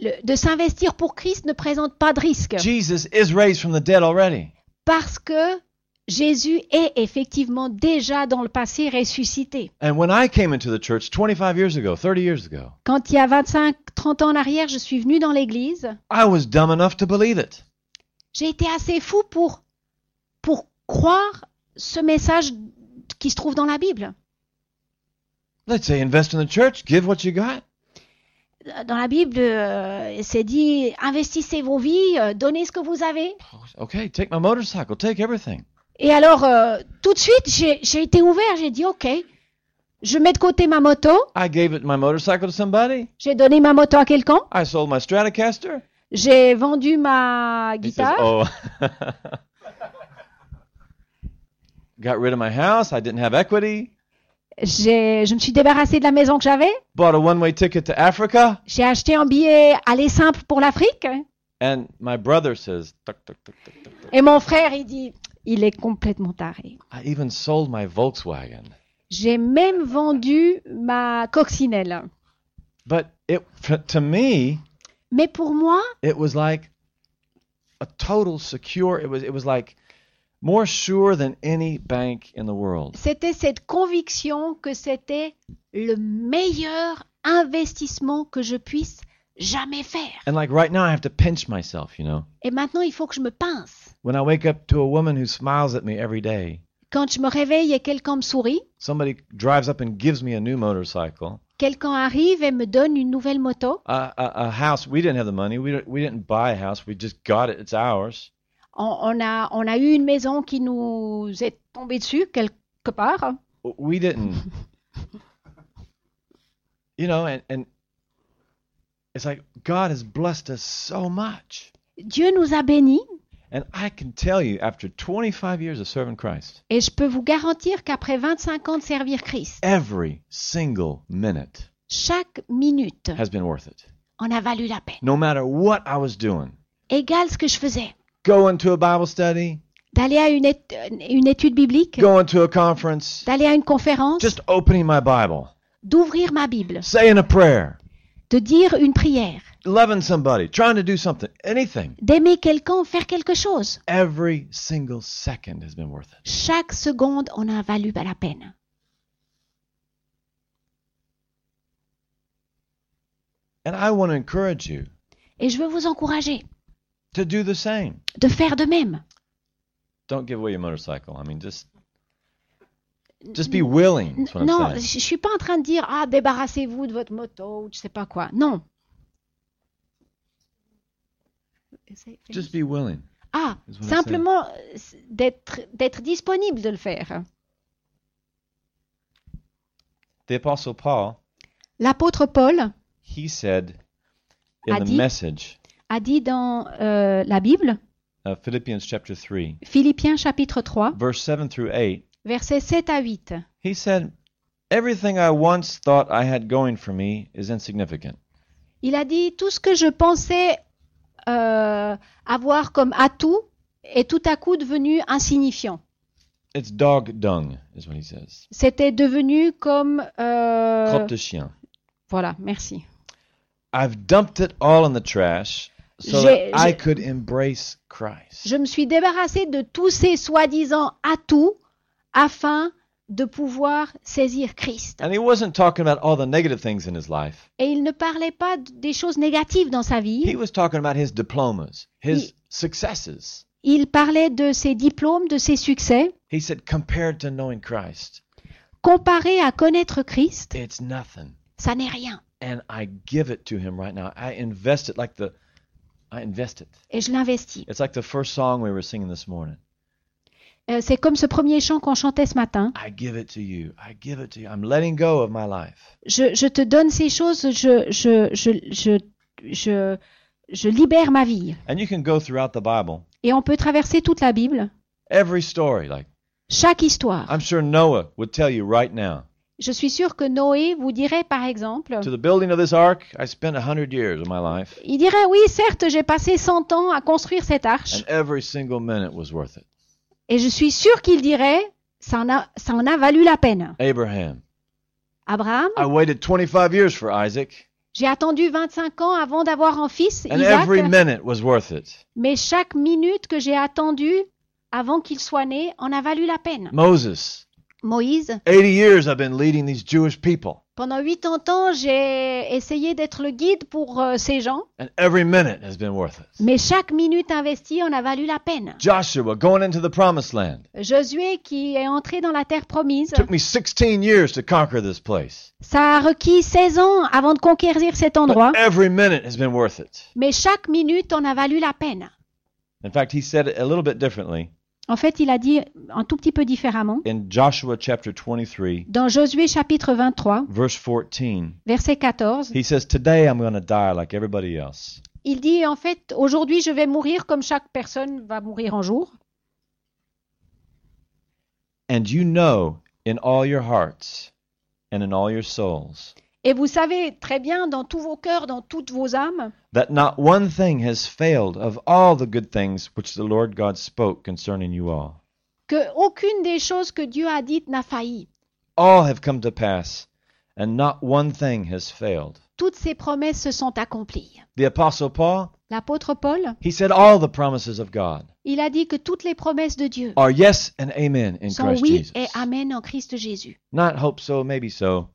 Speaker 2: Le- de s'investir pour Christ ne présente pas de risque
Speaker 1: Jesus is raised from the dead already.
Speaker 2: parce que Jésus est effectivement déjà dans le passé ressuscité.
Speaker 1: And when I came into the church 25 years ago, 30 years ago,
Speaker 2: Quand il y a 25-30 ans en arrière, je suis venue dans l'église,
Speaker 1: I was dumb enough to believe it.
Speaker 2: j'ai été assez fou pour, pour croire ce message qui se trouve dans la Bible.
Speaker 1: Let's say invest in the church, give what you got.
Speaker 2: Dans la Bible, euh, c'est dit investissez vos vies, euh, donnez ce que vous avez.
Speaker 1: Okay, take my motorcycle, take everything.
Speaker 2: Et alors, euh, tout de suite, j'ai j'ai été ouvert, j'ai dit ok, Je mets de côté ma moto,
Speaker 1: I gave it my motorcycle to somebody.
Speaker 2: j'ai donné ma moto à quelqu'un,
Speaker 1: I sold my Stratocaster.
Speaker 2: j'ai vendu
Speaker 1: He
Speaker 2: ma
Speaker 1: says,
Speaker 2: guitare,
Speaker 1: oh. Got rid of my house. I didn't have equity.
Speaker 2: j'ai- je me suis débarrassée de la maison que j'avais,
Speaker 1: Bought a one way ticket to Africa.
Speaker 2: j'ai acheté un billet aller simple pour l'Afrique. hein.
Speaker 1: And my brother says, tuck, tuck, tuck, tuck, tuck, tuck.
Speaker 2: Et mon frère, il dit, il est complètement taré.
Speaker 1: I even sold my Volkswagen.
Speaker 2: J'ai même vendu ma coccinelle.
Speaker 1: But it, f- to me,
Speaker 2: Mais pour moi,
Speaker 1: it was like a total secure. It was, it was like more sure than any bank in the world.
Speaker 2: c'était cette conviction que c'était le meilleur investissement que je puisse jamais faire.
Speaker 1: And like right now, I have to pinch myself, you know.
Speaker 2: Et maintenant, il faut que je me pince.
Speaker 1: When I wake up to a woman who smiles at me every day,
Speaker 2: Quand je me réveille et quelqu'un me sourit,
Speaker 1: somebody drives up and gives me a new motorcycle,
Speaker 2: quelqu'un arrive et me donne une nouvelle moto,
Speaker 1: a, a, a house. We didn't have the money. We, don't- we didn't buy a house. We just got it. It's ours.
Speaker 2: on, on a, on a eu une maison qui nous est tombée dessus quelque part.
Speaker 1: We didn't. you know, and, and it's like God has blessed us so much.
Speaker 2: Dieu nous a bénis
Speaker 1: And I can tell you, after 25 years of serving Christ,
Speaker 2: et je peux vous garantir qu'après 25 ans de servir Christ,
Speaker 1: every single minute
Speaker 2: chaque minute
Speaker 1: has been worth it.
Speaker 2: en a valu la peine.
Speaker 1: No matter what I was doing,
Speaker 2: Égale ce que je faisais,
Speaker 1: going to a Bible study,
Speaker 2: d'aller à une, ét- une étude biblique,
Speaker 1: going to a conference,
Speaker 2: d'aller à une conférence,
Speaker 1: just opening my Bible,
Speaker 2: d'ouvrir ma Bible,
Speaker 1: saying a prayer,
Speaker 2: de dire une prière,
Speaker 1: loving somebody, trying to do something, anything.
Speaker 2: d'aimer quelqu'un, faire quelque chose.
Speaker 1: Every single second has been worth it.
Speaker 2: Chaque seconde en a valu la peine.
Speaker 1: And I want to encourage you
Speaker 2: Et je veux vous encourager
Speaker 1: to do the same.
Speaker 2: de faire de même.
Speaker 1: Don't give away your motorcycle. I mean, just just be willing. That's what I'm
Speaker 2: Non,
Speaker 1: saying.
Speaker 2: je je suis pas en train de dire ah débarrassez-vous de votre moto ou je sais pas quoi. Non.
Speaker 1: Just be willing.
Speaker 2: Ah,
Speaker 1: is what I'm saying.
Speaker 2: simplement euh, s- d'être d'être disponible de le faire.
Speaker 1: The Apostle Paul,
Speaker 2: L'apôtre Paul
Speaker 1: he said in the
Speaker 2: Adi?
Speaker 1: message
Speaker 2: a dit dans euh, la Bible,
Speaker 1: of Philippians chapter 3,
Speaker 2: Philippiens chapitre 3,
Speaker 1: verse 7 through 8,
Speaker 2: versets 7 à 8.
Speaker 1: he said, Everything I once thought I had going for me is insignificant.
Speaker 2: Il a dit tout ce que je pensais euh, avoir comme atout est tout à coup devenu insignifiant.
Speaker 1: It's dog dung, is what he says.
Speaker 2: C'était devenu comme euh,
Speaker 1: Crotte de chien.
Speaker 2: voilà, merci.
Speaker 1: I've dumped it all in the trash so
Speaker 2: J'ai-
Speaker 1: that I
Speaker 2: j'ai-
Speaker 1: could embrace Christ.
Speaker 2: Je me suis débarrassée de tous ces soi-disant atouts afin de pouvoir saisir Christ.
Speaker 1: And he wasn't talking about all the negative things in his life.
Speaker 2: Et il ne parlait pas d- des choses négatives dans sa
Speaker 1: He
Speaker 2: vie.
Speaker 1: was talking about his diplomas, his successes.
Speaker 2: Il parlait de ses diplômes, de ses succès.
Speaker 1: He said, compared to knowing Christ,
Speaker 2: Comparé à connaître Christ,
Speaker 1: it's nothing.
Speaker 2: ça n'est rien.
Speaker 1: And I give it to him right now. I invest it like the, I invest it.
Speaker 2: Et je l'investis.
Speaker 1: It's like the first song we were singing this morning.
Speaker 2: Euh, C'est comme ce premier chant qu'on chantait ce matin.
Speaker 1: I give it to you. I give it to you. I'm letting go of my life.
Speaker 2: Je, je te donne ces choses, je, je, je, je, je, je libère ma vie.
Speaker 1: And you can go throughout the Bible,
Speaker 2: Et on peut traverser toute la Bible,
Speaker 1: every story. Like
Speaker 2: chaque histoire.
Speaker 1: I'm sure Noah would tell you right now.
Speaker 2: Je suis sûre que Noé vous dirait, par exemple,
Speaker 1: To the building of this ark, I spent a hundred years of my life,
Speaker 2: il dirait, oui, certes, j'ai passé 100 ans à construire cette arche.
Speaker 1: and every single minute was worth it.
Speaker 2: Et je suis sûre qu'il dirait, ça en, a, ça en a valu la peine.
Speaker 1: Abraham,
Speaker 2: Abraham,
Speaker 1: I waited 25 years for Isaac,
Speaker 2: j'ai attendu 25 ans avant d'avoir un fils,
Speaker 1: and
Speaker 2: Isaac,
Speaker 1: every minute was worth it.
Speaker 2: mais chaque minute que j'ai attendue avant qu'il soit né en a valu la peine.
Speaker 1: Moses,
Speaker 2: Moïse,
Speaker 1: 80 years I've been leading these Jewish people,
Speaker 2: Pendant 80 ans, j'ai essayé d'être le guide pour euh, ces gens,
Speaker 1: and every minute has been worth it.
Speaker 2: mais chaque minute investie en a valu la peine.
Speaker 1: Joshua going into the promised land.
Speaker 2: Josué, qui est entré dans la terre promise,
Speaker 1: Took me 16 years to conquer this place.
Speaker 2: ça a requis 16 ans avant de conquérir cet endroit,
Speaker 1: But every minute has been worth it.
Speaker 2: mais chaque minute en a valu la peine.
Speaker 1: In fact, he said it a little bit differently.
Speaker 2: En fait, il a dit un tout petit peu différemment.
Speaker 1: In Joshua chapter 23,
Speaker 2: Dans Josué chapitre 23,
Speaker 1: verse 14,
Speaker 2: verset 14,
Speaker 1: he says, Today I'm going to die like everybody else.
Speaker 2: il dit en fait, aujourd'hui je vais mourir comme chaque personne va mourir un jour.
Speaker 1: And you know in all your hearts and in all your souls
Speaker 2: Et vous savez très bien dans tous vos cœurs, dans toutes vos âmes,
Speaker 1: that not one thing has failed of all the good things which the Lord God spoke concerning you all.
Speaker 2: que aucune des choses que Dieu a dites n'a failli.
Speaker 1: All have come to pass, and not one thing has failed.
Speaker 2: Toutes ces promesses se sont accomplies.
Speaker 1: The Apostle Paul,
Speaker 2: L'apôtre Paul,
Speaker 1: he said, All the promises of God
Speaker 2: il a dit que toutes les promesses de Dieu
Speaker 1: are yes and amen Oh, in
Speaker 2: sont
Speaker 1: Christ
Speaker 2: oui
Speaker 1: Jesus.
Speaker 2: et amen en Christ Jésus.
Speaker 1: Not hope so, maybe so.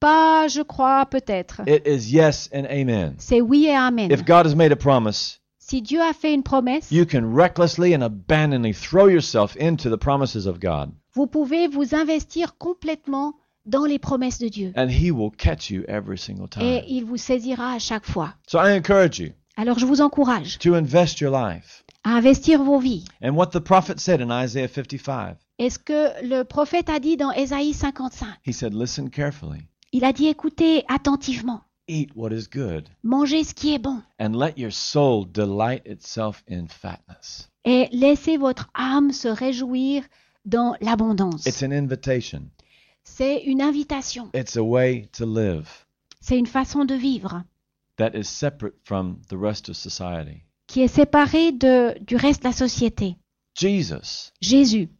Speaker 2: Pas je crois, peut-être.
Speaker 1: It is yes and amen.
Speaker 2: C'est oui et amen.
Speaker 1: If God has made a promise,
Speaker 2: Si Dieu a fait une promesse,
Speaker 1: you can recklessly and abandonedly throw yourself into the promises of God,
Speaker 2: vous pouvez vous investir complètement dans les promesses de Dieu.
Speaker 1: and He will catch you every single
Speaker 2: Et
Speaker 1: time.
Speaker 2: il vous saisira à chaque fois.
Speaker 1: So I encourage you
Speaker 2: Alors je vous encourage
Speaker 1: to invest your life.
Speaker 2: à investir vos vies.
Speaker 1: And what the prophet said in Isaiah 55,
Speaker 2: est ce que le prophète a dit dans Ésaïe 55.
Speaker 1: he said, Listen carefully,
Speaker 2: Il a dit écoutez attentivement,
Speaker 1: eat what is good,
Speaker 2: mangez ce qui est bon
Speaker 1: and let your soul delight itself in fatness.
Speaker 2: et laissez votre âme se réjouir dans l'abondance.
Speaker 1: It's an invitation,
Speaker 2: C'est une invitation,
Speaker 1: it's a way to live
Speaker 2: c'est une façon de vivre
Speaker 1: that is separate from the rest of society.
Speaker 2: qui est séparée de, du reste de la société.
Speaker 1: Jesus,
Speaker 2: Jésus,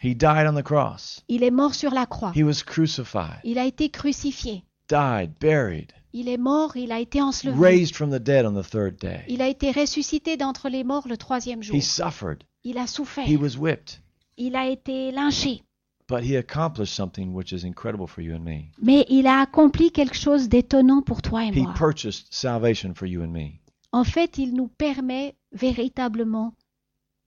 Speaker 1: he died on the cross,
Speaker 2: il est mort sur la croix,
Speaker 1: he was crucified.
Speaker 2: il a été crucifié,
Speaker 1: died, buried,
Speaker 2: il est mort, il a été enseveli,
Speaker 1: raised from the dead on the third day.
Speaker 2: il a été ressuscité d'entre les morts le troisième jour.
Speaker 1: He suffered.
Speaker 2: Il a souffert,
Speaker 1: He was whipped.
Speaker 2: il a été lynché,
Speaker 1: But he accomplished something which is incredible for you and me.
Speaker 2: mais il a accompli quelque chose d'étonnant pour toi et
Speaker 1: He
Speaker 2: moi.
Speaker 1: purchased salvation for you and me.
Speaker 2: En fait, il nous permet véritablement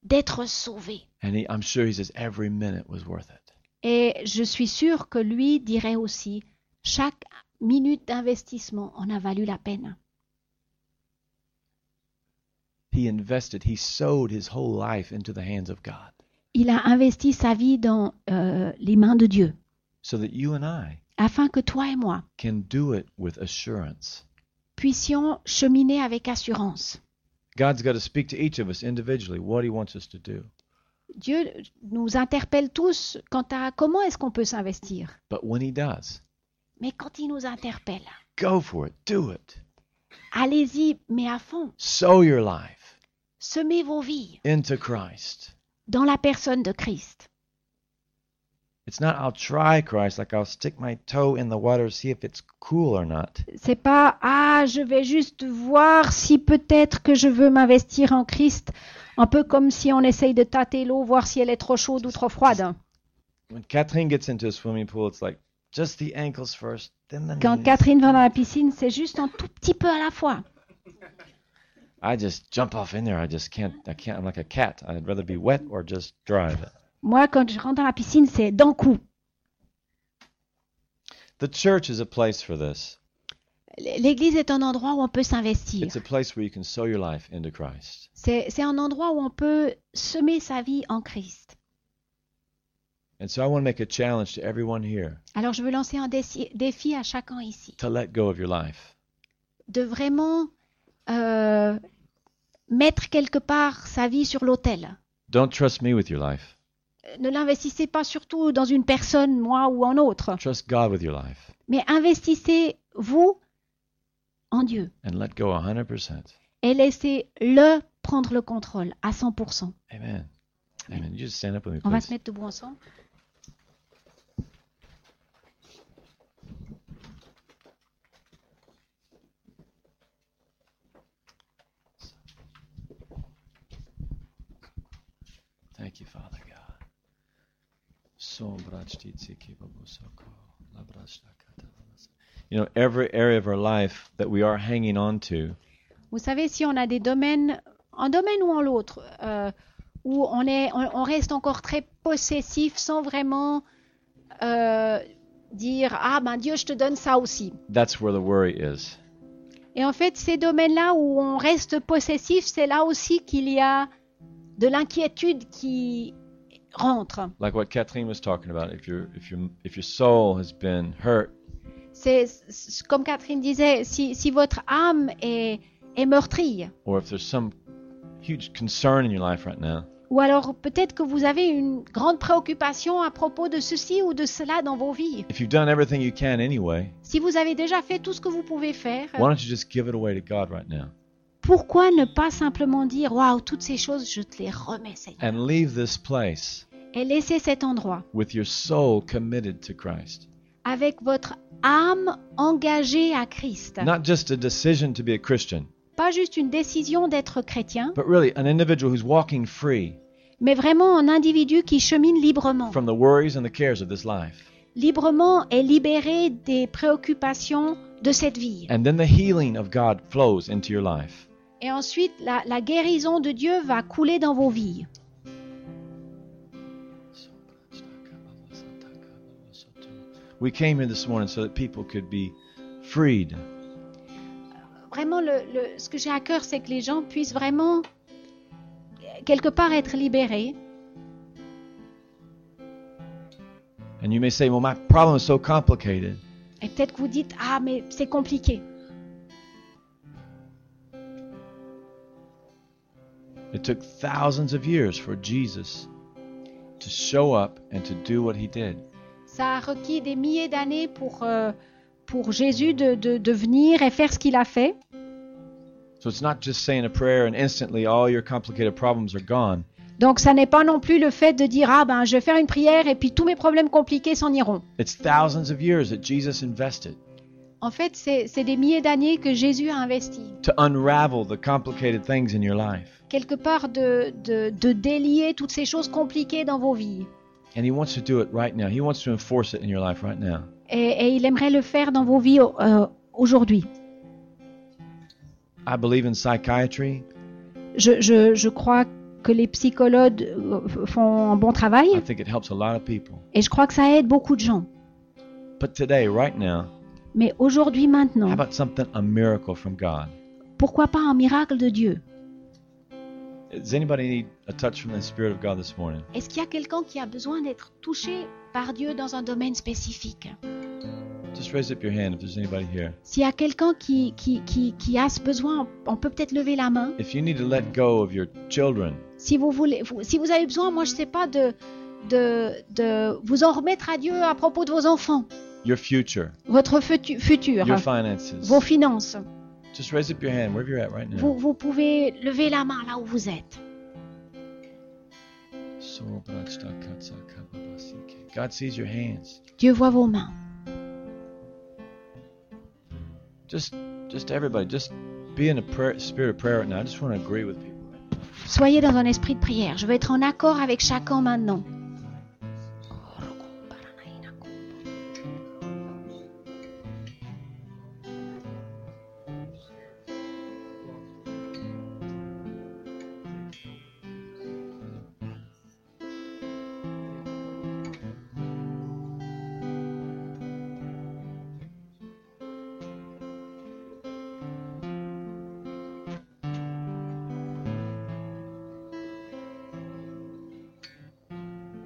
Speaker 2: d'être sauvés.
Speaker 1: And he, I'm sure he says every minute was worth it.
Speaker 2: Et je suis sûre que lui dirait aussi, chaque minute d'investissement en a valu la peine.
Speaker 1: He invested, he sowed his whole life into the hands of God
Speaker 2: Il a investi sa vie dans euh, les mains de Dieu,
Speaker 1: so that you and I
Speaker 2: afin que toi et moi
Speaker 1: can do it with assurance.
Speaker 2: puissions cheminer avec assurance.
Speaker 1: God's got to speak to each of us individually what he wants us to do.
Speaker 2: Dieu nous interpelle tous quant à comment est-ce qu'on peut s'investir.
Speaker 1: But when he does,
Speaker 2: Mais quand il nous interpelle,
Speaker 1: go for it, do it.
Speaker 2: allez-y, mais à fond,
Speaker 1: Sow your life
Speaker 2: semez vos vies
Speaker 1: into Christ.
Speaker 2: dans la personne de Christ.
Speaker 1: It's not I'll try Christ, like I'll stick my toe in the water, see if it's cool or not.
Speaker 2: C'est pas ah, je vais juste voir si peut-être que je veux m'investir en Christ, un peu comme si on essaye de tâter l'eau, voir si elle est trop chaude ou trop froide.
Speaker 1: When Catherine gets into a swimming pool, it's like just the ankles first, then the
Speaker 2: Quand
Speaker 1: knees.
Speaker 2: Catherine va dans la piscine, c'est juste un tout petit peu à la fois.
Speaker 1: I just jump off in there. I just can't. I can't. I'm like a cat. I'd rather be wet or just dry. But
Speaker 2: Moi, quand je rentre dans la piscine, c'est d'un coup.
Speaker 1: the church is a place for this.
Speaker 2: L'Église est un endroit où on peut s'investir.
Speaker 1: It's a place where you can sow your life into Christ.
Speaker 2: C'est c'est un endroit où on peut semer sa vie en Christ.
Speaker 1: And so I want to make a challenge to everyone here
Speaker 2: Alors, je veux lancer un défi, défi à chacun ici,
Speaker 1: to let go of your life.
Speaker 2: de vraiment euh, mettre quelque part sa vie sur l'autel.
Speaker 1: Don't trust me with your life.
Speaker 2: ne l'investissez pas surtout dans une personne, moi ou en autre,
Speaker 1: Trust God with your life
Speaker 2: mais investissez vous en Dieu
Speaker 1: and let go 100%.
Speaker 2: et laissez-le prendre le contrôle à 100%.
Speaker 1: Amen. Amen. You just stand up with me,
Speaker 2: On va se
Speaker 1: please.
Speaker 2: mettre debout ensemble.
Speaker 1: Thank you, Father God. So bractitsi kebabosoko, labrashtakatabasa. You know, every area of our life that we are hanging on to,
Speaker 2: Vous savez, si on a des domaines, un domaine ou en l'autre, euh, où on, est, on, on reste encore très possessif sans vraiment euh, dire Ah ben Dieu, je te donne ça aussi.
Speaker 1: that's where the worry is.
Speaker 2: Et en fait, ces domaines-là où on reste possessif, c'est là aussi qu'il y a de l'inquiétude qui rentre.
Speaker 1: Like what Kathleen was talking about, if your if your if your soul has been hurt,
Speaker 2: C'est c'est- comme Catherine disait, si, si votre âme est, est meurtrie,
Speaker 1: or if there's some huge concern in your life right now,
Speaker 2: ou alors peut-être que vous avez une grande préoccupation à propos de ceci ou de cela dans vos vies,
Speaker 1: if you've done everything you can anyway,
Speaker 2: si vous avez déjà fait tout ce que vous pouvez faire,
Speaker 1: why don't you just give it away to God right now
Speaker 2: pourquoi ne pas simplement dire, waouh, toutes ces choses, je te les remets, Seigneur,
Speaker 1: and leave this place
Speaker 2: et laisser cet endroit
Speaker 1: with your soul committed to Christ?
Speaker 2: avec votre âme engagée à Christ.
Speaker 1: Not just a decision to be a Christian,
Speaker 2: Pas juste une décision d'être chrétien,
Speaker 1: but really an individual who's walking free
Speaker 2: mais vraiment un individu qui chemine librement.
Speaker 1: from the worries and the cares of this life.
Speaker 2: librement et libéré des préoccupations de cette vie.
Speaker 1: And then the healing of God flows into your life.
Speaker 2: Et ensuite, la, la guérison de Dieu va couler dans vos vies.
Speaker 1: We came here this morning so that people could be freed.
Speaker 2: Vraiment, le, le- ce que j'ai à cœur, c'est que les gens puissent vraiment, euh, quelque part, être libérés.
Speaker 1: And you may say, well, my problem is so complicated.
Speaker 2: Et peut-être que vous dites, ah, mais c'est compliqué.
Speaker 1: It took thousands of years for Jesus to show up and to do what he did.
Speaker 2: Ça a requis des milliers d'années pour, euh, pour Jésus de, de- de venir et faire ce qu'il a fait.
Speaker 1: So it's not just saying a prayer and instantly all your complicated problems are gone.
Speaker 2: Donc, ça n'est pas non plus le fait de dire, ah, ben, je vais faire une prière et puis tous mes problèmes compliqués s'en iront.
Speaker 1: It's thousands of years that Jesus invested
Speaker 2: En fait, c'est c'est des milliers d'années que Jésus a investi.
Speaker 1: to unravel the complicated things in your life.
Speaker 2: quelque part de, de, de délier toutes ces choses compliquées dans vos vies.
Speaker 1: And he wants to do it right now. He wants to enforce it in your life right now.
Speaker 2: Et, et il aimerait le faire dans vos vies euh, aujourd'hui.
Speaker 1: I believe in psychiatry.
Speaker 2: Je, je, je crois que les psychologues euh, font un bon travail
Speaker 1: I think it helps a lot of people.
Speaker 2: et je crois que ça aide beaucoup de gens.
Speaker 1: But today, right now,
Speaker 2: Mais aujourd'hui,
Speaker 1: how
Speaker 2: maintenant,
Speaker 1: about something, a miracle from God?
Speaker 2: pourquoi pas un miracle de Dieu
Speaker 1: Does anybody need a touch from the Spirit of God this morning?
Speaker 2: Est-ce qu'il y a quelqu'un qui a besoin d'être touché par Dieu dans un domaine spécifique
Speaker 1: Just raise up your hand if there's anybody here.
Speaker 2: S'il y a quelqu'un qui, qui, qui, qui a ce besoin, on peut peut-être lever la main.
Speaker 1: If you need to let go of your children,
Speaker 2: Si vous voulez, vous- si vous avez besoin, moi je sais pas de, de, de vous en remettre à Dieu à propos de vos enfants,
Speaker 1: your future,
Speaker 2: votre futu- futur,
Speaker 1: your finances,
Speaker 2: vos finances.
Speaker 1: just raise up your hand wherever you're at right
Speaker 2: Vous,
Speaker 1: now.
Speaker 2: vous pouvez lever la main là où vous êtes.
Speaker 1: God sees your hands.
Speaker 2: Dieu voit vos mains.
Speaker 1: Just, just everybody, just be in a prayer, spirit of prayer right now. I just want to agree with people.
Speaker 2: Soyez dans un esprit de prière. Je veux être en accord avec chacun maintenant.
Speaker 1: Thank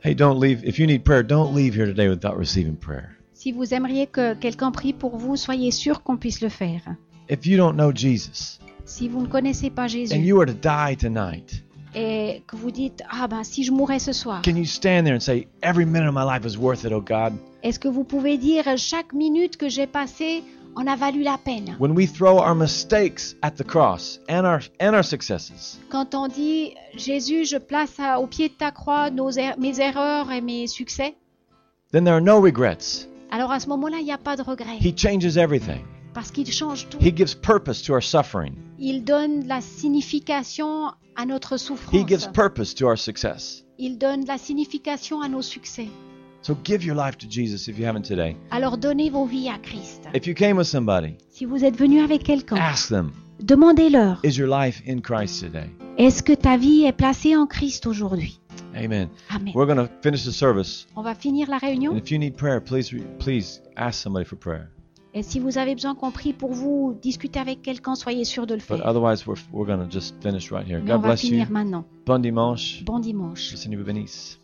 Speaker 1: Hey, don't leave. If you need prayer, don't leave here today without receiving prayer.
Speaker 2: Si vous aimeriez que quelqu'un prie pour vous, soyez sûr qu'on puisse le faire.
Speaker 1: If you don't know Jesus
Speaker 2: Si vous ne connaissez pas
Speaker 1: and
Speaker 2: Jésus
Speaker 1: you are to die tonight,
Speaker 2: et que vous dites Ah ben si je mourais ce soir,
Speaker 1: can you stand there and say, Every minute of my life is worth it, oh God?
Speaker 2: est-ce que vous pouvez dire Chaque minute que j'ai passée en a valu la peine
Speaker 1: When we throw our mistakes at the cross and our, and our successes,
Speaker 2: Quand on dit Jésus, je place à- au pied de ta croix nos er- mes erreurs et mes succès,
Speaker 1: then there are no regrets.
Speaker 2: alors à ce moment-là, il n'y a pas de regret
Speaker 1: He changes everything.
Speaker 2: parce qu'il change tout.
Speaker 1: He gives purpose to our suffering.
Speaker 2: Il donne de la signification à notre
Speaker 1: He gives
Speaker 2: souffrance.
Speaker 1: purpose to our success.
Speaker 2: Il donne de la signification à nos succès.
Speaker 1: So give your life to Jesus if you haven't today.
Speaker 2: Alors donnez vos vies à Christ.
Speaker 1: If you came with somebody,
Speaker 2: Si vous êtes venu avec quelqu'un,
Speaker 1: ask them,
Speaker 2: demandez-leur,
Speaker 1: is your life in Christ today?
Speaker 2: est-ce que ta vie est placée en Christ aujourd'hui
Speaker 1: Amen.
Speaker 2: Amen.
Speaker 1: We're going to finish the service.
Speaker 2: On va finir la réunion.
Speaker 1: And if you need prayer, please re- please ask somebody for prayer.
Speaker 2: Et si vous avez besoin qu'on prie pour vous, discutez avec quelqu'un, soyez sûr de le
Speaker 1: But
Speaker 2: faire.
Speaker 1: otherwise, we're, we're going to just finish right here.
Speaker 2: Mais on
Speaker 1: God
Speaker 2: va
Speaker 1: bless you.
Speaker 2: finir maintenant.
Speaker 1: Bon dimanche.
Speaker 2: Bon dimanche.
Speaker 1: Que Seigneur vous bénisse.